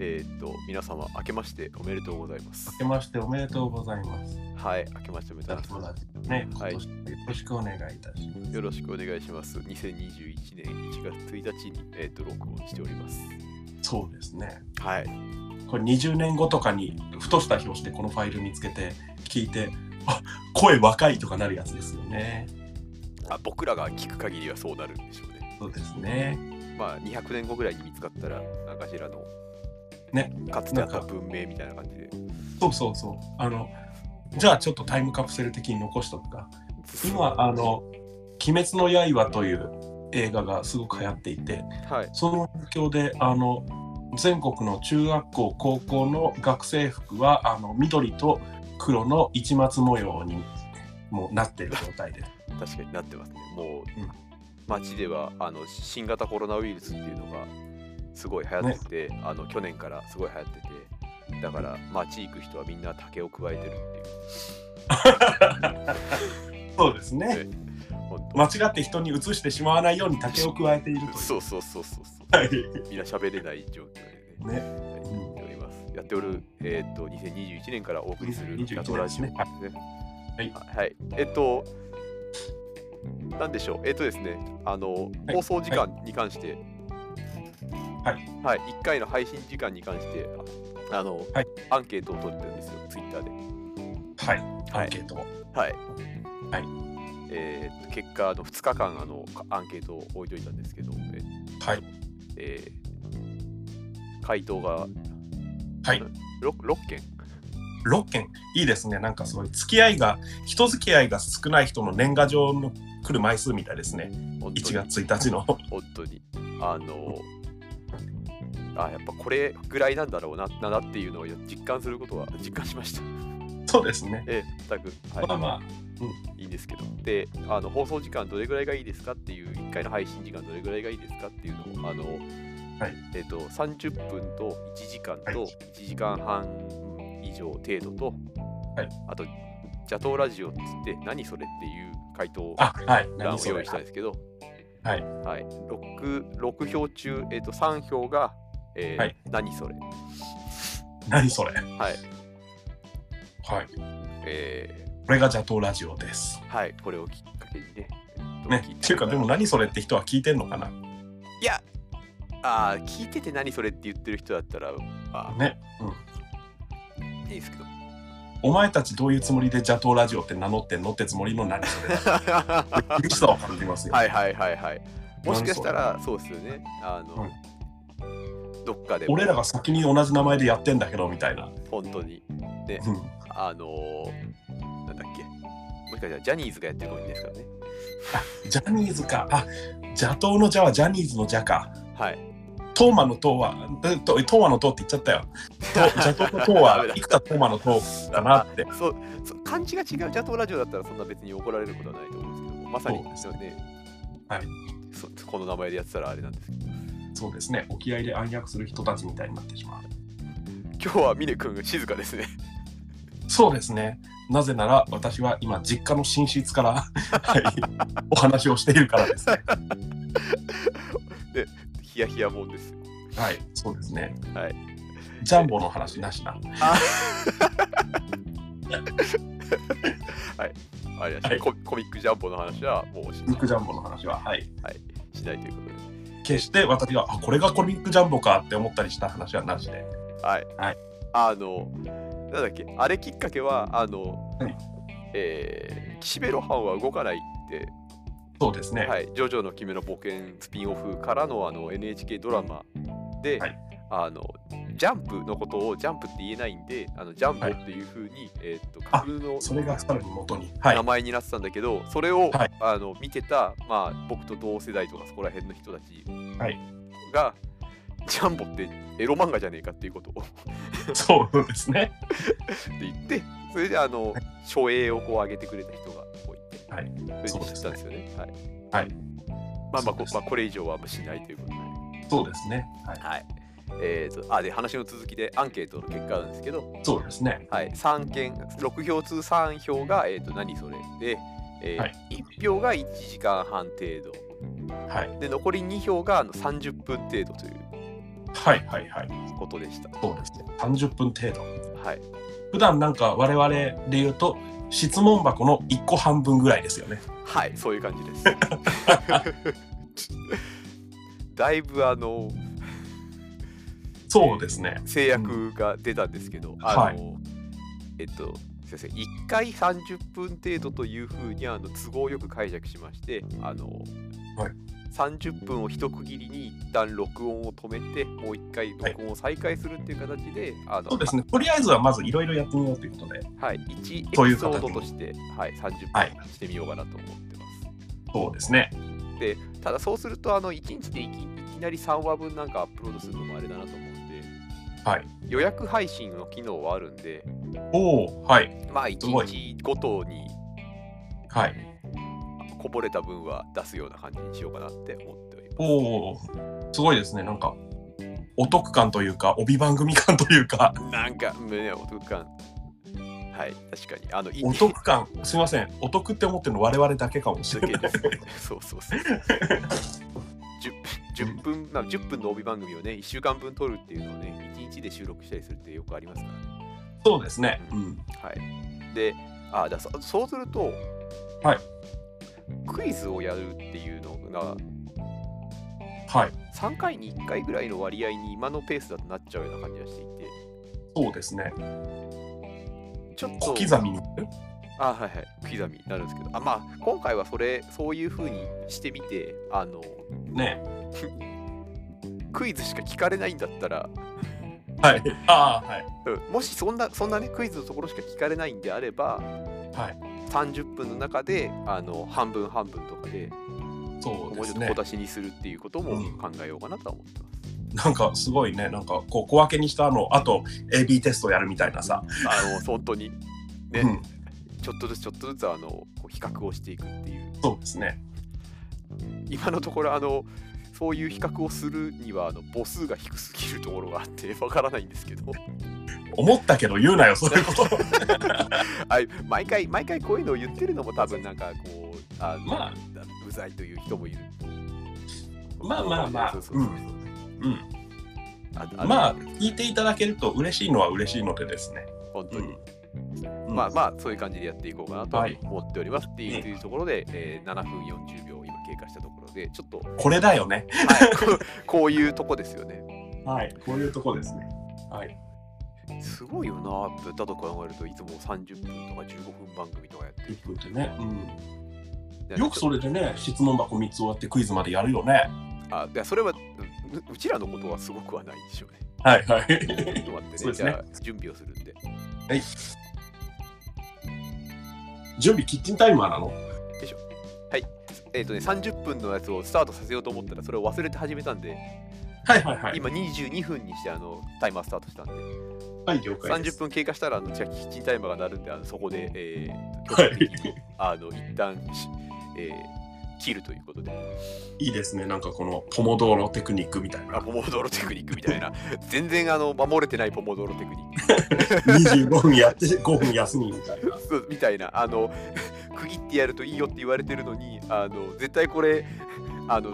えーっと、皆様、明けましておめでとうございます明。けましておめでとうございます。はい、明けましておめでとうございまね、はい。今年もよろしくお願いいたしますよろしくお願いします。2021年1月1日に、えーっと、録音しております。す。そうですね。はい。これ20年後とかにふとした表紙でこのファイル見つけて聞いて、あ声若いとかなるやつですよね。あ僕らが聞く限りはそうなるんでしょうね。そうですね。まあ、200年後ぐらいに見つかったら、何かしらの、ね、かつてあった文明みたいな感じで。そうそうそう。あの、じゃあちょっとタイムカプセル的に残しとくか。今、あ、の、鬼滅の刃という映画がすごく流行っていて、はい。その影響であの全国の中学校高校の学生服はあの緑と黒の市松模様にもうなってる状態です。確かになってますね。もう、うん街ではあの新型コロナウイルスっていうのがすごい流行ってて、あの去年からすごい流行ってて、だから街行く人はみんな竹を加えてるってそうですね。 いう。ね、本当間違って人に移してしまわないように竹を加えているという。そうそうそうそうそう。はい。みんな喋れない状況でね。ねはいやっております。やっておる、えーっと、2021年からお送りする2021ラトラジオで年すね。はいはい。えっと、なんでしょう。えっとですね、あの、はい放送時間に関して、はい。はい、1回の配信時間に関して、ああの、はいアンケートを取ってるんですよ、ツイッターで。はい。アはいンケート。はい。はいえーっと結果、あの2日間あのアンケートを置いといたんですけど、えはい。えー回答がはい。 6, 6件6件。いいですね。なんかすごい。付き合いが、人付き合いが少ない人の年賀状の来る枚数みたいですね。本当1に月1日の。本当にあのあやっぱこれぐらいなんだろうななっていうのを実感することは実感しました。そうですね。ええ、全く、はい、まあまあ、いいんですけど。で、あの放送時間どれぐらいがいいですかっていう、1回の配信時間どれぐらいがいいですかっていうのを、あの、はいえっと、30分と1時間とは1時間半以上程度と、はいあと、邪道ラジオって言って、何それっていう回答あ、はい。欄何をそ用れ意したんですけど、はいはい、6, 6票中、えっと、3票が、えーはい何それ、 何それはいはい。えこれが邪党ラジオです。ーはい、これをきっかけにね。えっとね聞い、っていうかでも何それって人は聞いてんのかないや、あー聞いてて何それって言ってる人だったら、あね、うん、いいですけど。 お前たちどういうつもりで邪党ラジオって名乗ってんのってつもりの 何それは苦しさを感じますよ、いはいはいはい。もしかしたら、そうですよね。あの、どっかで、俺らが先に同じ名前でやってんだけどみたいな、本当に、うん、あのーなんだっけ、もしかしたらジャニーズがやってるかもしれないですからね。ジャニーズかあ邪党の邪はジャニーズの邪かはい。トーマの党はえとトーマの党って言っちゃったよ と邪党の党ダメはだいくつかトーマの党だなってそうそう漢字が違うジャトーラジオだったらそんな別に怒られることはないと思うんですけどもまさにそうですよねはいそこの名前でやってたらあれなんですけどそうですね沖合で暗躍する人たちみたいになってしまう今日は峰君が静かですね そうですね。なぜなら私は今実家の寝室から はいお話をしているからですね。ヒヤヒヤもんですはい、そうですね。はいジャンボの話なしな。あれはし、はいココミックジャンボの話はもうしミックジャンボの話は、はい、しないということで決して私があこれがコミックジャンボかって思ったりした話はなしで。はい、はいあのなんだっけあれきっかけはあの、はいえー岸辺露伴は動かないってそうですね。はい、ジョジョの君の冒険スピンオフからのあの NHK ドラマで、はいあのジャンプのことをジャンプって言えないんで、あのジャンボっていうふうに、えーっと架あ空のそれがさらに元に。はい名。前になってたんだけど、それを、はいあの見てた、まあ、僕と同世代とかそこら辺の人たちはいが、ジャンボってエロ漫画じゃねえかっていうことを ってそうですね。言って、それであの初映をこう上げてくれた人がこういて、はいそれで知ったんですよね。はいはいまあまあそうこですまあ、これ以上はしないということで。そうですね。はい。はい。えー、とあで話の続きでアンケートの結果なんですけど、そうですね。はい、3件6票通3票が「えー、と何それ」で、えーはい1票が1時間半程はい。度で残り2票があの30分程度というはいはいはい。ことでした。そうですね30分程度はい。普段なんか我々で言うと質問箱の1個半分ぐらいですよねはい、そういう感じ です。 だいぶあのそうですね制約が出たんですけど、あの、はいえっと先生一回30分程度というふうにあの都合よく解釈しましてあの、はい30分を一区切りに一旦録音を止めてもう一回録音を再開するっていう形で、あのそうですねとりあえずはまずいろいろやってみようということではい、1エピそういうソ形ードとして、はい、はい30分してみようかなと思ってます。そうですねでただそうするとあの1日でいきいきなり3話分なんかアップロードするのもあれだなと思うんで、はい予約配信の機能はあるんでおおはいまあす1ごい日ごとにはいこぼれた分は出すような感じにしようかなって思っております。おおすごいですねなんかお得感というか帯番組感という かなんか胸をお得感はい確かにあのいお得感すいませんお得って思ってるの我々だけかもしれだないけですね そうそうそう 10, 10分、まあ、10分の帯番組をね1週間分撮るっていうのをね1日で収録したりするってよくありますからねそうですねうんはい、であだそそうすると、はいクイズをやるっていうのがはい3回に1回ぐらいの割合に今のペースだとなっちゃうような感じがしていてそうですねちょっと小刻みにあはいはい刻みになるんですけどあまあ今回はそれそういう風にしてみてあのねクイズしか聞かれないんだったら、はいああはいうんもしそんなそんなねクイズのところしか聞かれないんであれば、はい30分の中であの半分半分とかでそうもうちでょすっとね小出しにするっていうことも考えようかなとは思ってます。なんかすごいねなんかこう小分けにしたのあと AB テストやるみたいなさ、あ の本当にね、うん、ちょっとずつちょっとずつあのこう比較をしていくっていうそうですね今のところあのそういう比較をするにはあの母数が低すぎるところがあってわからないんですけど、思ったけど言うなよそういうこと はい、毎回毎回こういうのを言ってるのも多分なんかこうあの、まあうざいという人もいる。まあまあまあそうそうそうそううんあとまあの聞いていただけると嬉しいのは嬉しいのでですね、本当うに、んまあうんまあそういう感じでやっていこうかなとはい思っておりますっていううんというところで、えー7分40秒今経過したところでちょっと、これだよねはいこうこういうとこですよねはいこういうとこですねはいすごいよな豚と考えるといつも30分とか15分番組とかやって1分ってね、るよくそれでね質問箱3つ終わってクイズまでやるよねあいやそれはううちらのことはすごくはないでしょう ねはいはちょっいと待ってそねうでじすねゃあ準備をするんでよ 準備キッチンタイマーなのいしょはいえっ、とね30分のやつをスタートさせようと思ったらそれを忘れて始めたんではいはいはい今22分にしてあのタイマースタートしたんではい了解で30す分経過したらあのじゃあキッチンタイマーが鳴るんであのそこで、えーはい強制的にあの一旦、しえー切るということでいいですねなんかこのポモドーロテクニックみたいあなポモドーロテクニックみたいな全然あの守れてないポモドーロテクニッ25分やって5分休みみたいなクそうみたいなあの 区切ってやるといいよって言われてるのにあの絶対これあの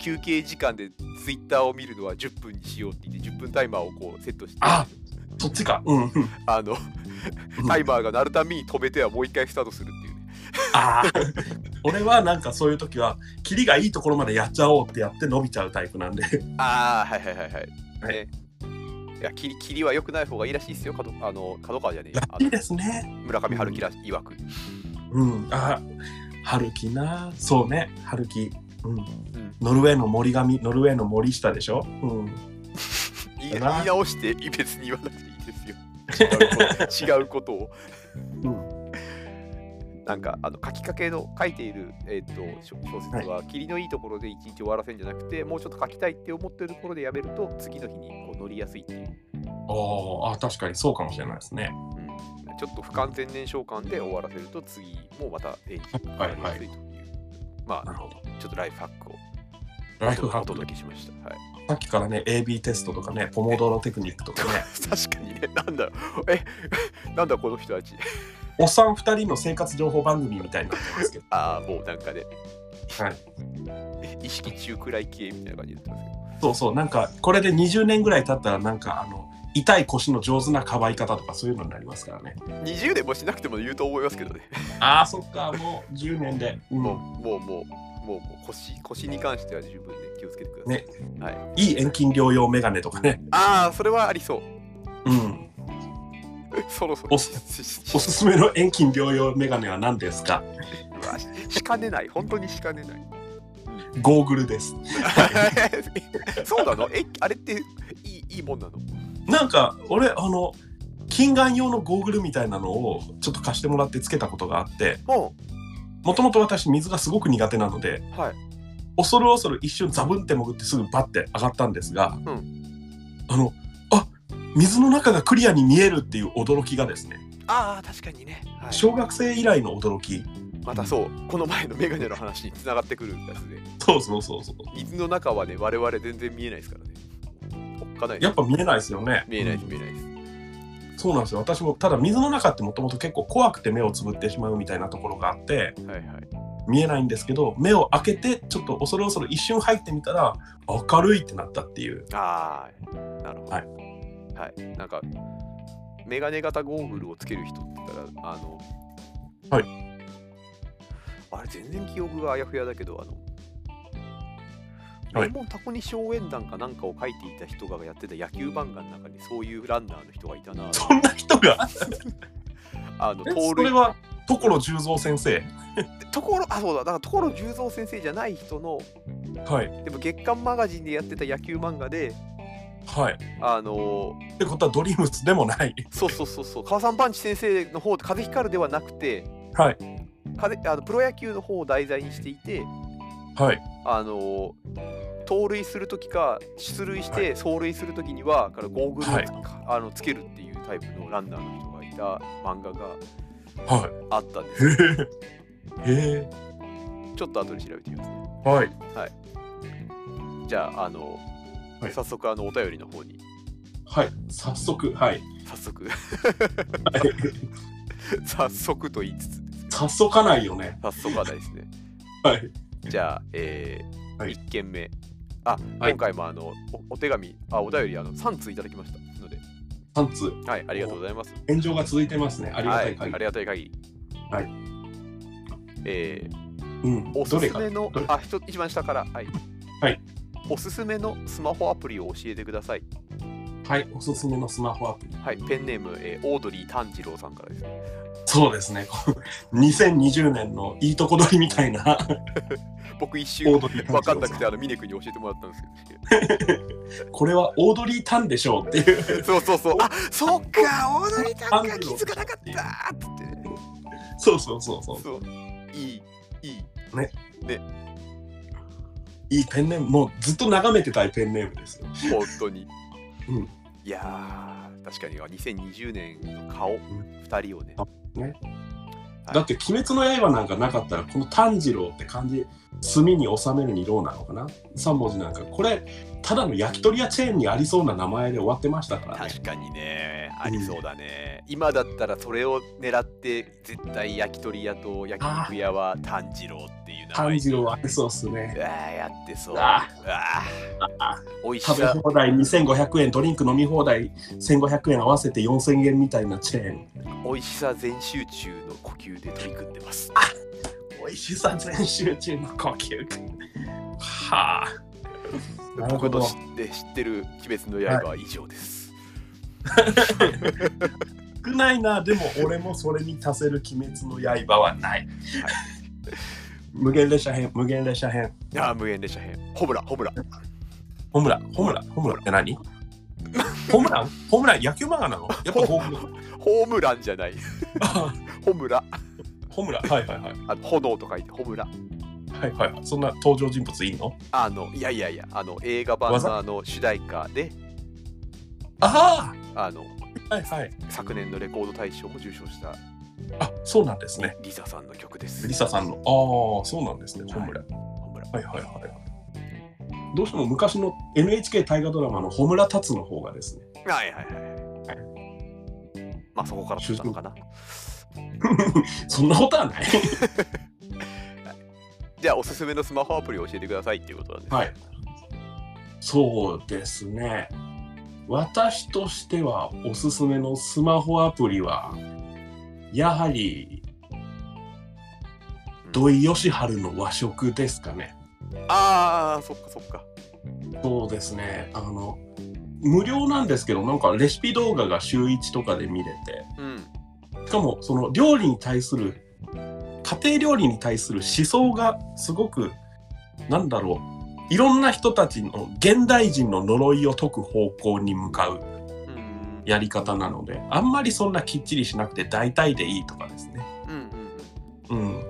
休憩時間でツイッターを見るのは10分にしようって言って10分タイマーをこうセットしてあそっちかうんあのタイマーが鳴るたびに止めてはもう一回スタートするっていうねああ俺はなんかそういう時はキリがいいところまでやっちゃおうってやって伸びちゃうタイプなんでああはいはいはいはい。はいね、いや切り切りは良くない方がいいらしいですよ。角あの角川じゃねえらやあしいのですね村上春樹ら曰く。うんあ春樹なそうね春樹うんうんノルウェーの森上ノルウェーの森下でしょ、うん、言いだな言い直して別に言わなくていいです よ。違うこと違うことを。なんかあの書きかけの書いている、えー、と小小説は切りのいいところで一日終わらせるんじゃなくて、もうちょっと書きたいって思ってるところでやめると次の日にこう乗りやすいっていう、ああ確かにそうかもしれないですねうん、ちょっと不完全燃焼感で終わらせると次もまた延期になりやすいという、まあなるほどちょっとライフハックをライフハッおク届けしました。はい、さっきからね AB テストとかねポモドーロテクニックとかね 確かにね、なんだ、え、なんだこの人たち。おっさん2人の生活情報番組みたいになってますけど ああ、もうなんかね、は い意識中くらい系みたいな感じになってますそうそうなんかこれで20年ぐらい経ったらなんかあの痛い腰の上手なかばい方とかそういうのになりますからね20年もしなくても言うと思いますけどね。ああそっかもう10年で、もうもうももうもうもう腰腰に関しては十分で気をつけてください。ねはいういい遠近療養メガネとかねああそれはありそう。うん そろそろ。おすおすすめの遠近療養メガネは何ですかうわししかねない本当にしかねない。 ゴーグルですそうなのえあれっていいいいもんなのなんか俺あの近眼用のゴーグルみたいなのをちょっと貸してもらってつけたことがあってももともと私水がすごく苦手なのでうはい恐る恐る一瞬ザブンって潜ってすぐバッて上がったんですが、うあのあ水の中がクリアに見えるっていう驚きがですねああ確かにね、はい、小学生以来の驚きまたそうこの前のメガネの話に繋がってくるやつでそうそうそうそう水の中はね我々全然見えないですからねおっかないですやっぱ見えないですよね見えないです見えないですそうなんですよ私もただ水の中ってもともと結構怖くて目をつぶってしまうみたいなところがあってはいはい見えないんですけど目を開けてちょっと恐る恐る一瞬入ってみたら明るいってなったっていうああなるほどははいい、なんかメガネ型ゴーグルをつける人って言ったらあのはいあれ全然記憶があやふやだけどあのはい名門タコに小演団かなんかを書いていた人がやってた野球漫画の中にそういうランナーの人がいたなそんな人があのえ盗そ塁れは所十三先生ところあそうだだから所十三先生じゃない人のはいでも月刊マガジンでやってた野球漫画ではいあのってことはドリームスでもないそうそうそうそう川さんパンチ先生の方風光るではなくてはい風あのプロ野球の方を題材にしていてはいあの盗塁する時か出塁して走塁する時にはからゴーグルをつ,、はいあのつけるっていうタイプのランナーの人がいた漫画がはあったんですいへえへちょっと後で調べてみますねえはいじゃああの、はい早速あのお便りの方にはい早速はい早 速早速と言いつつ早速かないよね早速はないですねはいじゃあ、えーはい1件目。あ、はい今回もあのおお手紙、あお便りあの3通いただきましたので、 3通はい、ありがとうございます。炎上が続いてますねありがたはい限い、あり、りがたい限り。はい。えうんー、おすどれすかめのどれ、あ、ひと一番下から、はい。はい。おすすめのスマホアプリを教えてください。はいおすすめのスマホアプリはい、ペンネーム、えーオードリー炭治郎さんからですね。そうですねこう2020年のいいとこ取りみたいな僕一瞬オードリー分かんなくさて、あの、ミネ君に教えてもらったんですけど。 これはオードリータンでしょうっていう そうそうそう。あ、そっか、オードリー炭治炭郎治気郎づかなかったーっつってね。そうそうそうそうそう。いい、いい。いいペンネームもうずっと眺めてたいペンネームですよ本当に。うんいやー、確かに2020年の顔、二人をね。はいだって「鬼滅の刃」なんかなかったらこの炭治郎って漢字墨に収めるにろうなのかな3文字なんかこれただの焼き鳥屋チェーンにありそうな名前で終わってましたからね確かにね、ありそうだね。今だったらそれを狙って、絶対焼き鳥屋と焼肉屋は炭治郎っていう名炭前。治郎はありそうっすねうわーやってそう。あうわあー美味し食べさ。放題2500円ドリンク飲み放題1500円合わせて4000円みたいなチェーン美味しさ全集中の呼吸で取り組んでます。美味しさ全集中の呼吸はあなるほ僕どの知って知ってる鬼滅の刃は以上です。少ないなでも俺もそれに足せる「鬼滅の刃」はない無限列車編無限列車編ああ、無限列車編。ホムラ、ホムラ。ホムラ、ホムラ、ホムラって何ホムランホムラン野球漫画なのやっぱホムラン。ホームランじゃない。あホムラ。ホムラ、はいはいはい。あの炎と書いて、ホムラ。はいはい。そんな登場人物いんのあの、いやいやいや、あの、映画版のあの主題歌で、ああの、あはいはい。昨年のレコード大賞も受賞したあそうなんですね。リサさんの曲です。リサさんの。ああ、そうなんですね。ホムラ。ホムラ。はいはいはいはい。どうしても昔の NHK 大河ドラマのホムラ達の方がですね、はいはいはい。まあそこからだったのかな。そんなことはない。じゃあおすすめのスマホアプリを教えてくださいっていうことなんです。はい。そうですね。私としてはおすすめのスマホアプリは、やはり土井善晴の和食ですかね。ああ、そっかそっか。そうですね。あの無料なんですけど、なんかレシピ動画が週1とかで見れて、うん。しかもその料理に対する家庭料理に対する思想がすごくなんだろう。いろんな人たちの現代人の呪いを解く方向に向かううん。やり方なので、あんまりそんなきっちりしなくて大体でいいとかですね。うんうんうん。うん、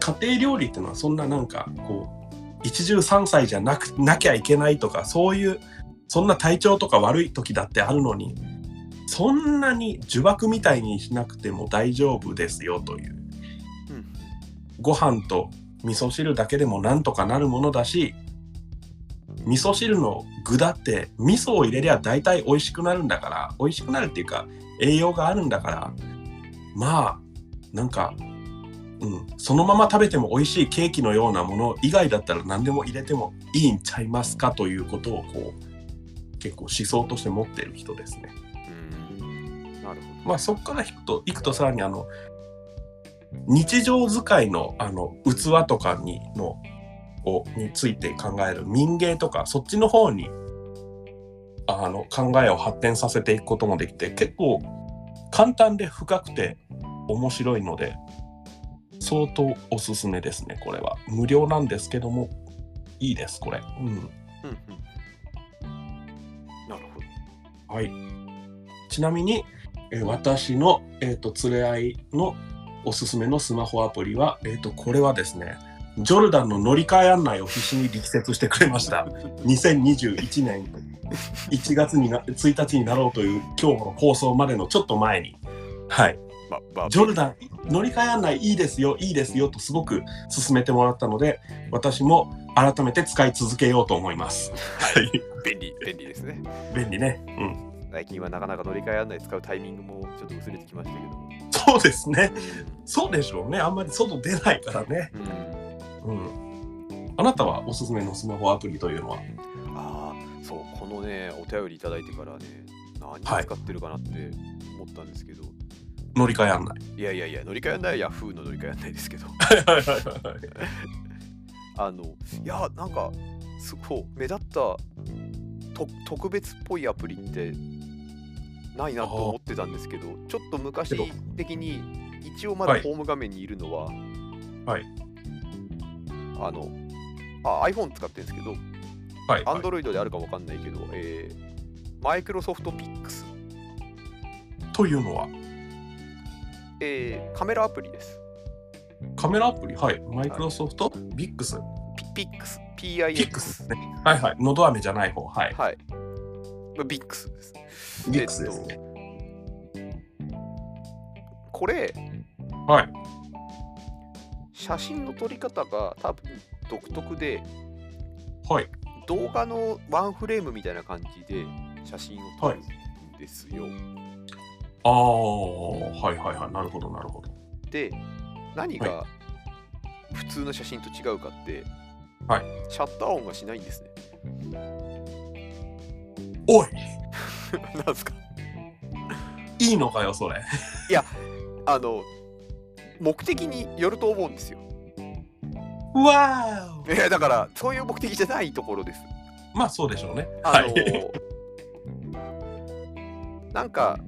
家庭料理ってのはそんななんかこう一汁三菜じゃなくなきゃいけないとかそういうそんな体調とか悪い時だってあるのにそんなに呪縛みたいにしなくても大丈夫ですよというう、んご飯と味噌汁だけでもなんとかなるものだし味噌汁の具だって味噌を入れりゃ大体美味しくなるんだから美味しくなるっていうか栄養があるんだからまあなんか、うん、そのまま食べても美味しいケーキのようなもの以外だったら何でも入れてもいいんちゃいますかということをこう結構思想として持ってる人ですね。うんなるほまあそこからいくといくとさらにあの日常使いのあの器とかにのをについて考える民芸とかそっちの方にあの考えを発展させていくこともできて結構簡単で深くて面白いので相当おすすめですねこれは無料なんですけどもいいですこれ、うど。うん、んうん。なるほど。はい。ちなみに、えー私の、えー、と連れ合いのおすすめのスマホアプリは、えー、とこれはですね、ジョルダンの乗り換え案内を必死に力説してくれ ました。2021年1月にな1日になろうという今日の放送までのちょっと前に、はい、ま、ばジョルダン乗り換え案内いいですよ、いいですよとすごく勧めてもらったので、私も改めて使い続けようと思います。はい、便利、便利ですね。便利ね。うん最近はなかなか乗り換え案内使うタイミングもちょっと薄れてきましたけども。そうですね。そうでしょうね。あんまり外出ないからね。うん。うん。あなたはおすすめのスマホアプリというのはああ、そう、このね、お便りいただいてからね、何はい使ってるかなって思ったんですけど、乗り換え案内。い、やいやいや、乗り換え案内はヤフーの乗り換え案内 ですけど、はいはいはい。あの、いや、なんか、すごい、目立ったと特別っぽいアプリってないなと思ってたんですけど、ちょっと昔けど的に、一応まだはいホーム画面にいるのは、はいあの、あ iPhone 使ってるんですけど、はい、アンドロイドであるかわかんないけど、えー、マイクロソフトピックス、というのはえー、カメラアプリです。カメラアプリはい。マイクロソフトビックス。はピピックス、 Pix PIX。いはい。のど飴じゃない方。はい。はい。まあビックスです。ビックスですえっとこれ、はい。写真の撮り方が多分独特で、はい。動画のワンフレームみたいな感じで写真を撮るんですよ。ああ、はいはいはい。なるほどなるほど。で何が普通の写真と違うかって、はいシャッター音がしないんですね。 おいなんですかいいのかよ、それ。あの目的によると思うんですよ。わいやだからそういう目的じゃないところです。ーまあそうでしょうね。あはのい。 なんか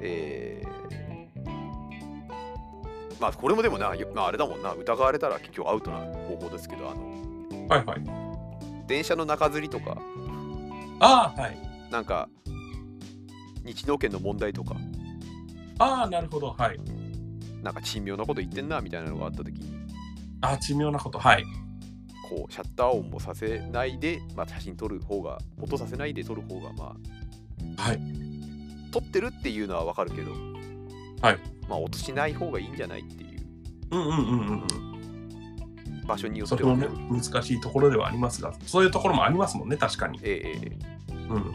えーまあこれもでもな、よまあ、あれだもんな疑われたら結局アウトな方法ですけどあのはいはい。電車の中吊りとかああ、はい。なんか日農研の問題とかああ、なるほど。はい。なんか珍妙なこと言ってんなみたいなのがあった時にああ、珍妙なこと。はい。こうシャッター音もさせないで、まあ、写真撮る方が音させないで撮る方がまあはい撮ってるっていうのはわかるけどはいまあ音しない方がいいんじゃないっていううんうんうんうんうん。場所によっそてれはもね難しいところではありますがそういうところもありますもんね確かに、ええええうん、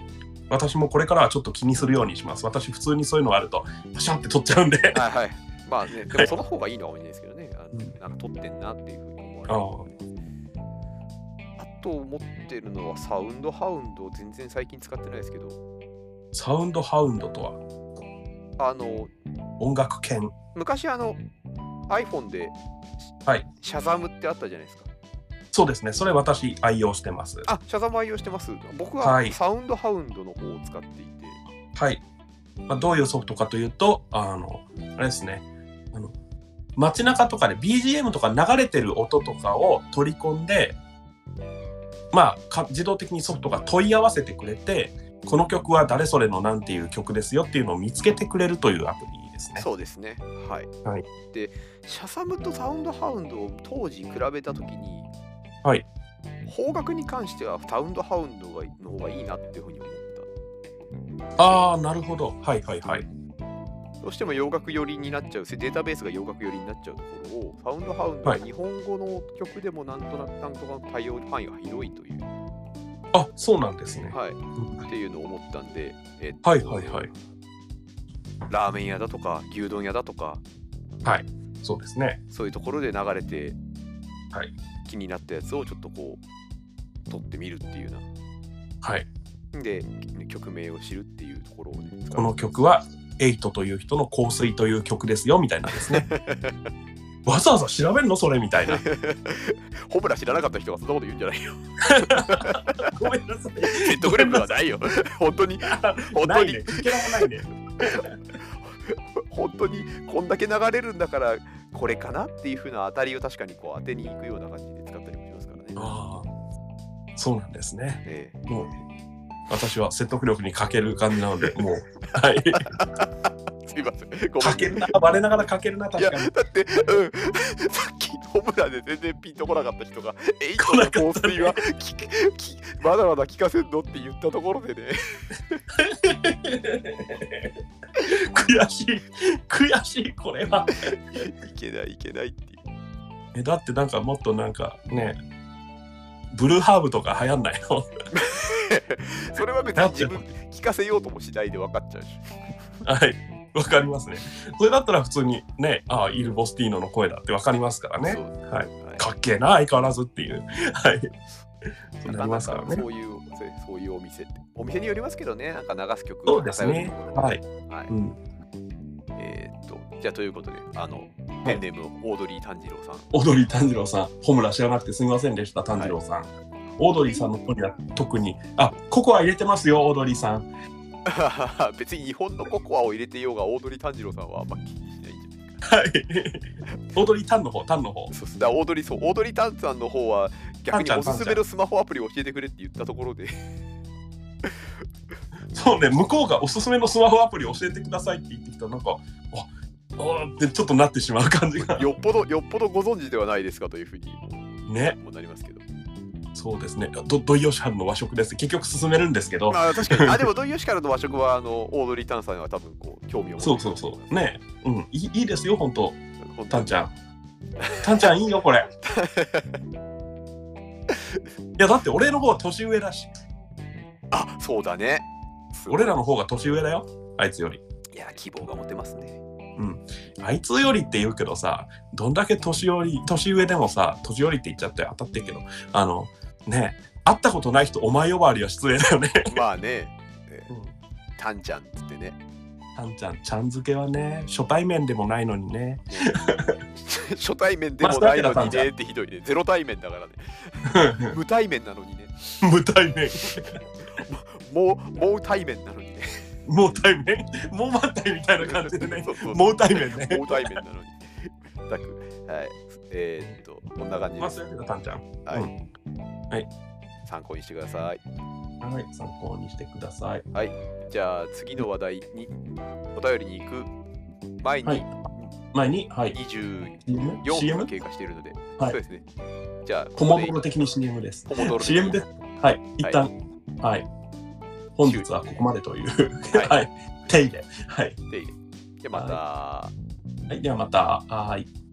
私もこれからはちょっと気にするようにします私普通にそういうのあるとパシャンって取っちゃうんではいはいまあねでもその方がいいのかもしれないですけどねあうんのなんか撮ってんなっていうふうに思われあるああと思ってるのはサウンドハウンドを全然最近使ってないですけど、サウンドハウンドとはあの、音楽犬。昔あの iPhone で、はいシャザムってあったじゃないですか。そうですね、それ私愛用してます。あ、シャザム愛用してます。僕ははいサウンドハウンドの方を使っていて、はい。まあ、どういうソフトかというと、あの、あれですね、あの、街中とかで BGM とか流れてる音とかを取り込んで、まあか、自動的にソフトが問い合わせてくれて、この曲は誰それのなんていう曲ですよっていうのを見つけてくれるというアプリですね。そうですね。はい。はいで、シャザムとサウンドハウンドを当時比べたときに、はい方角に関してはサウンドハウンドがの方がいいなっていうふうに思った。ああ、なるほど。はいはいはい。どうしても洋楽寄りになっちゃうデータベースが洋楽寄りになっちゃうところをサウンドハウンドははい日本語の曲でもなんとなくなんとかの対応範囲が広いという、あ、そうなんですね。はい、うんっていうのを思ったんで、えっとはいはいはい。ラーメン屋だとか牛丼屋だとかそうですね。そういうところで流れて、はい気になったやつをちょっとこう撮ってみるっていうよはい。うなで曲名を知るっていうところをね、この曲は、エイトという人の香水という曲ですよ、みたいなんです ね。わざわざ調べるのそれみたいな。ホブラ知らなかった人がそんなこと言うんじゃないよ ごめんなさい。ネットグレープはない よ本当に本な当いにね。かけらもないね。本当にこんだけ流れるんだからこれかなっていう風な当たりを確かにこう当てに行くような感じで使ったりもしますからね。ああ、そうなんですね。ええもう、私は説得力に欠ける感じなので、もう、 はい。すいません。ごめ欠けるな、バレながら欠けるな、ん。い確やかに。だって、うん、 さっきホブラで全然ピンとこなかった人が「えいこの香水はききまだまだ聞かせんの?」って言ったところでね 悔しい、悔しい、これは。いけないいけないっていう。 え、だってなんかもっとなんかね、ブルーハーブとか流行んないのそれは別に自分聞かせようともしないで分かっちゃうし。はい。わかりますね。それだったら普通にね、ああ、イル・ボスティーノの声だってわかりますからそうね。はいはいかっけえな、相変わらずっていう。はい。そうなりますからね。そういうそういうお店ってお店によりますけどねなんか流す曲そをうで偏するねとこ。ろはい。はいうん。えーっと、じゃあということで、あの、ペンネーム、オードリー炭治郎さん。 オードリー炭治郎さん、ホムラ知らなくてすみませんでした、炭治郎さん。オードリーさんの子には特に、あココア入れてますよ、オードリーさん。別に日本のココアを入れてようが、オードリー炭治郎さんはあんま気にしないんじゃないはい。オードリータンの方、タンの方。そうだからオードリー、そう、オードリー炭さんの方は、逆に炭おちゃんすすめのスマホアプリを教えてくれって言ったところで、そうね、向こうがおすすめのスマホアプリ教えてくださいって言ってきたら、なんか、ああーってちょっとなってしまう感じが。よっぽど、よっぽどご存知ではないですかというふうにね、もなります けど。そうですね。ど土井善晴の和食です。結局進めるんですけど。まあ、確かに、あ、でも、土井善からの和食は、あの、オードリー炭さんは多分、こう、興味を持ってそうそうそう。ね、うん、いいいいですよ、本当本当タンにち ゃん。タンちゃんいいよ、こ れ。いや、だって俺の方は年上だし、あ、そうだね。すごい俺らの方が年上だよ、あいつより。いや、希望が持てますね。 あいつよりって言うけどさ、どんだけ年寄り、年上でもさ、年寄りって言っちゃって当たってるけど、あの、ねえ、会ったことない人、お前呼ばわりは失礼だよね。まあね、うんタンちゃんっつってね。タンちゃん、ちゃん付けはね、初対面でもないのにね。 初対面でもないのにねってひどいね。ゼロ対面だからね。無対面なのにね。無対面、もう、もう対面なのにね。もう対面、もう満体みたいな感じでね。そうそうそうもう対面ね。もう対面なのに。たく、はい。えーっと、こんな感じです。忘れてた、タンちゃん。はい。はい参考にしてください。はい、参考にしてください。じゃあ、次の話題に、お便りに行く前はにい前に、はい。 24 CM? 分が CM? 経過しているので、はいそうですね。じゃあ、コモドロここで的に CM です。ポモドロ CM です。はい、一旦、はい。本日はここまでという、はい はい、手入れ。はい。で、じゃあまた。はい、ではまた、はい。